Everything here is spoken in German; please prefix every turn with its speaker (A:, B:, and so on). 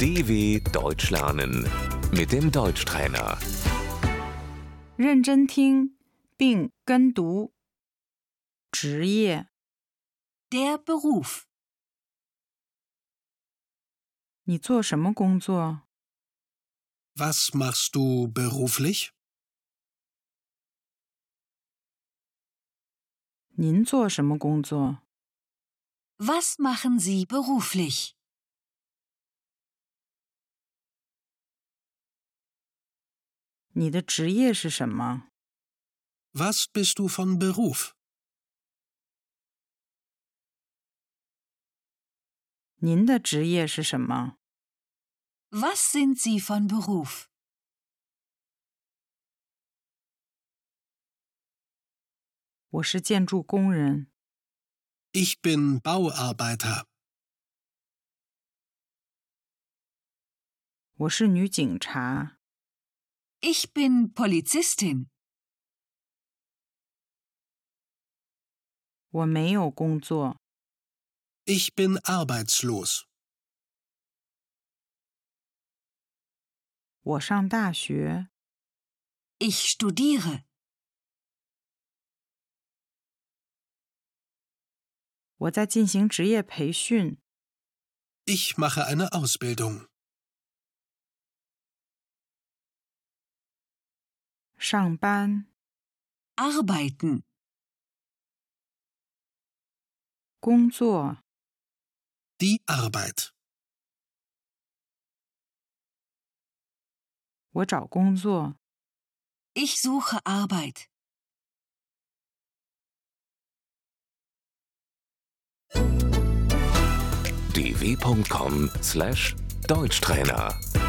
A: DW Deutsch lernen mit dem Deutschtrainer.
B: 认真听并跟读。职业，
C: Der Beruf.
B: 你做什么工作？
D: Was machst du beruflich?
B: 您做什么工作？
C: Was machen Sie beruflich?
B: 你的职业是什么？
D: Was bist du von Beruf?
B: 您的职业是什么？
C: Was sind Sie von Beruf?
B: 我是建筑工人。
D: Ich bin Bauarbeiter.
B: 我是女警察。
C: Ich bin Polizistin.
B: 我没有工作。
D: Ich bin arbeitslos.
B: 我上大学。
C: Ich studiere.
B: 我在进行职业培训。
D: Ich mache eine Ausbildung.
B: 上班，
C: Arbeiten.
B: 工作，
D: Die Arbeit.
B: 我找工作。
C: Ich suche Arbeit.
A: dw.com/deutschtrainer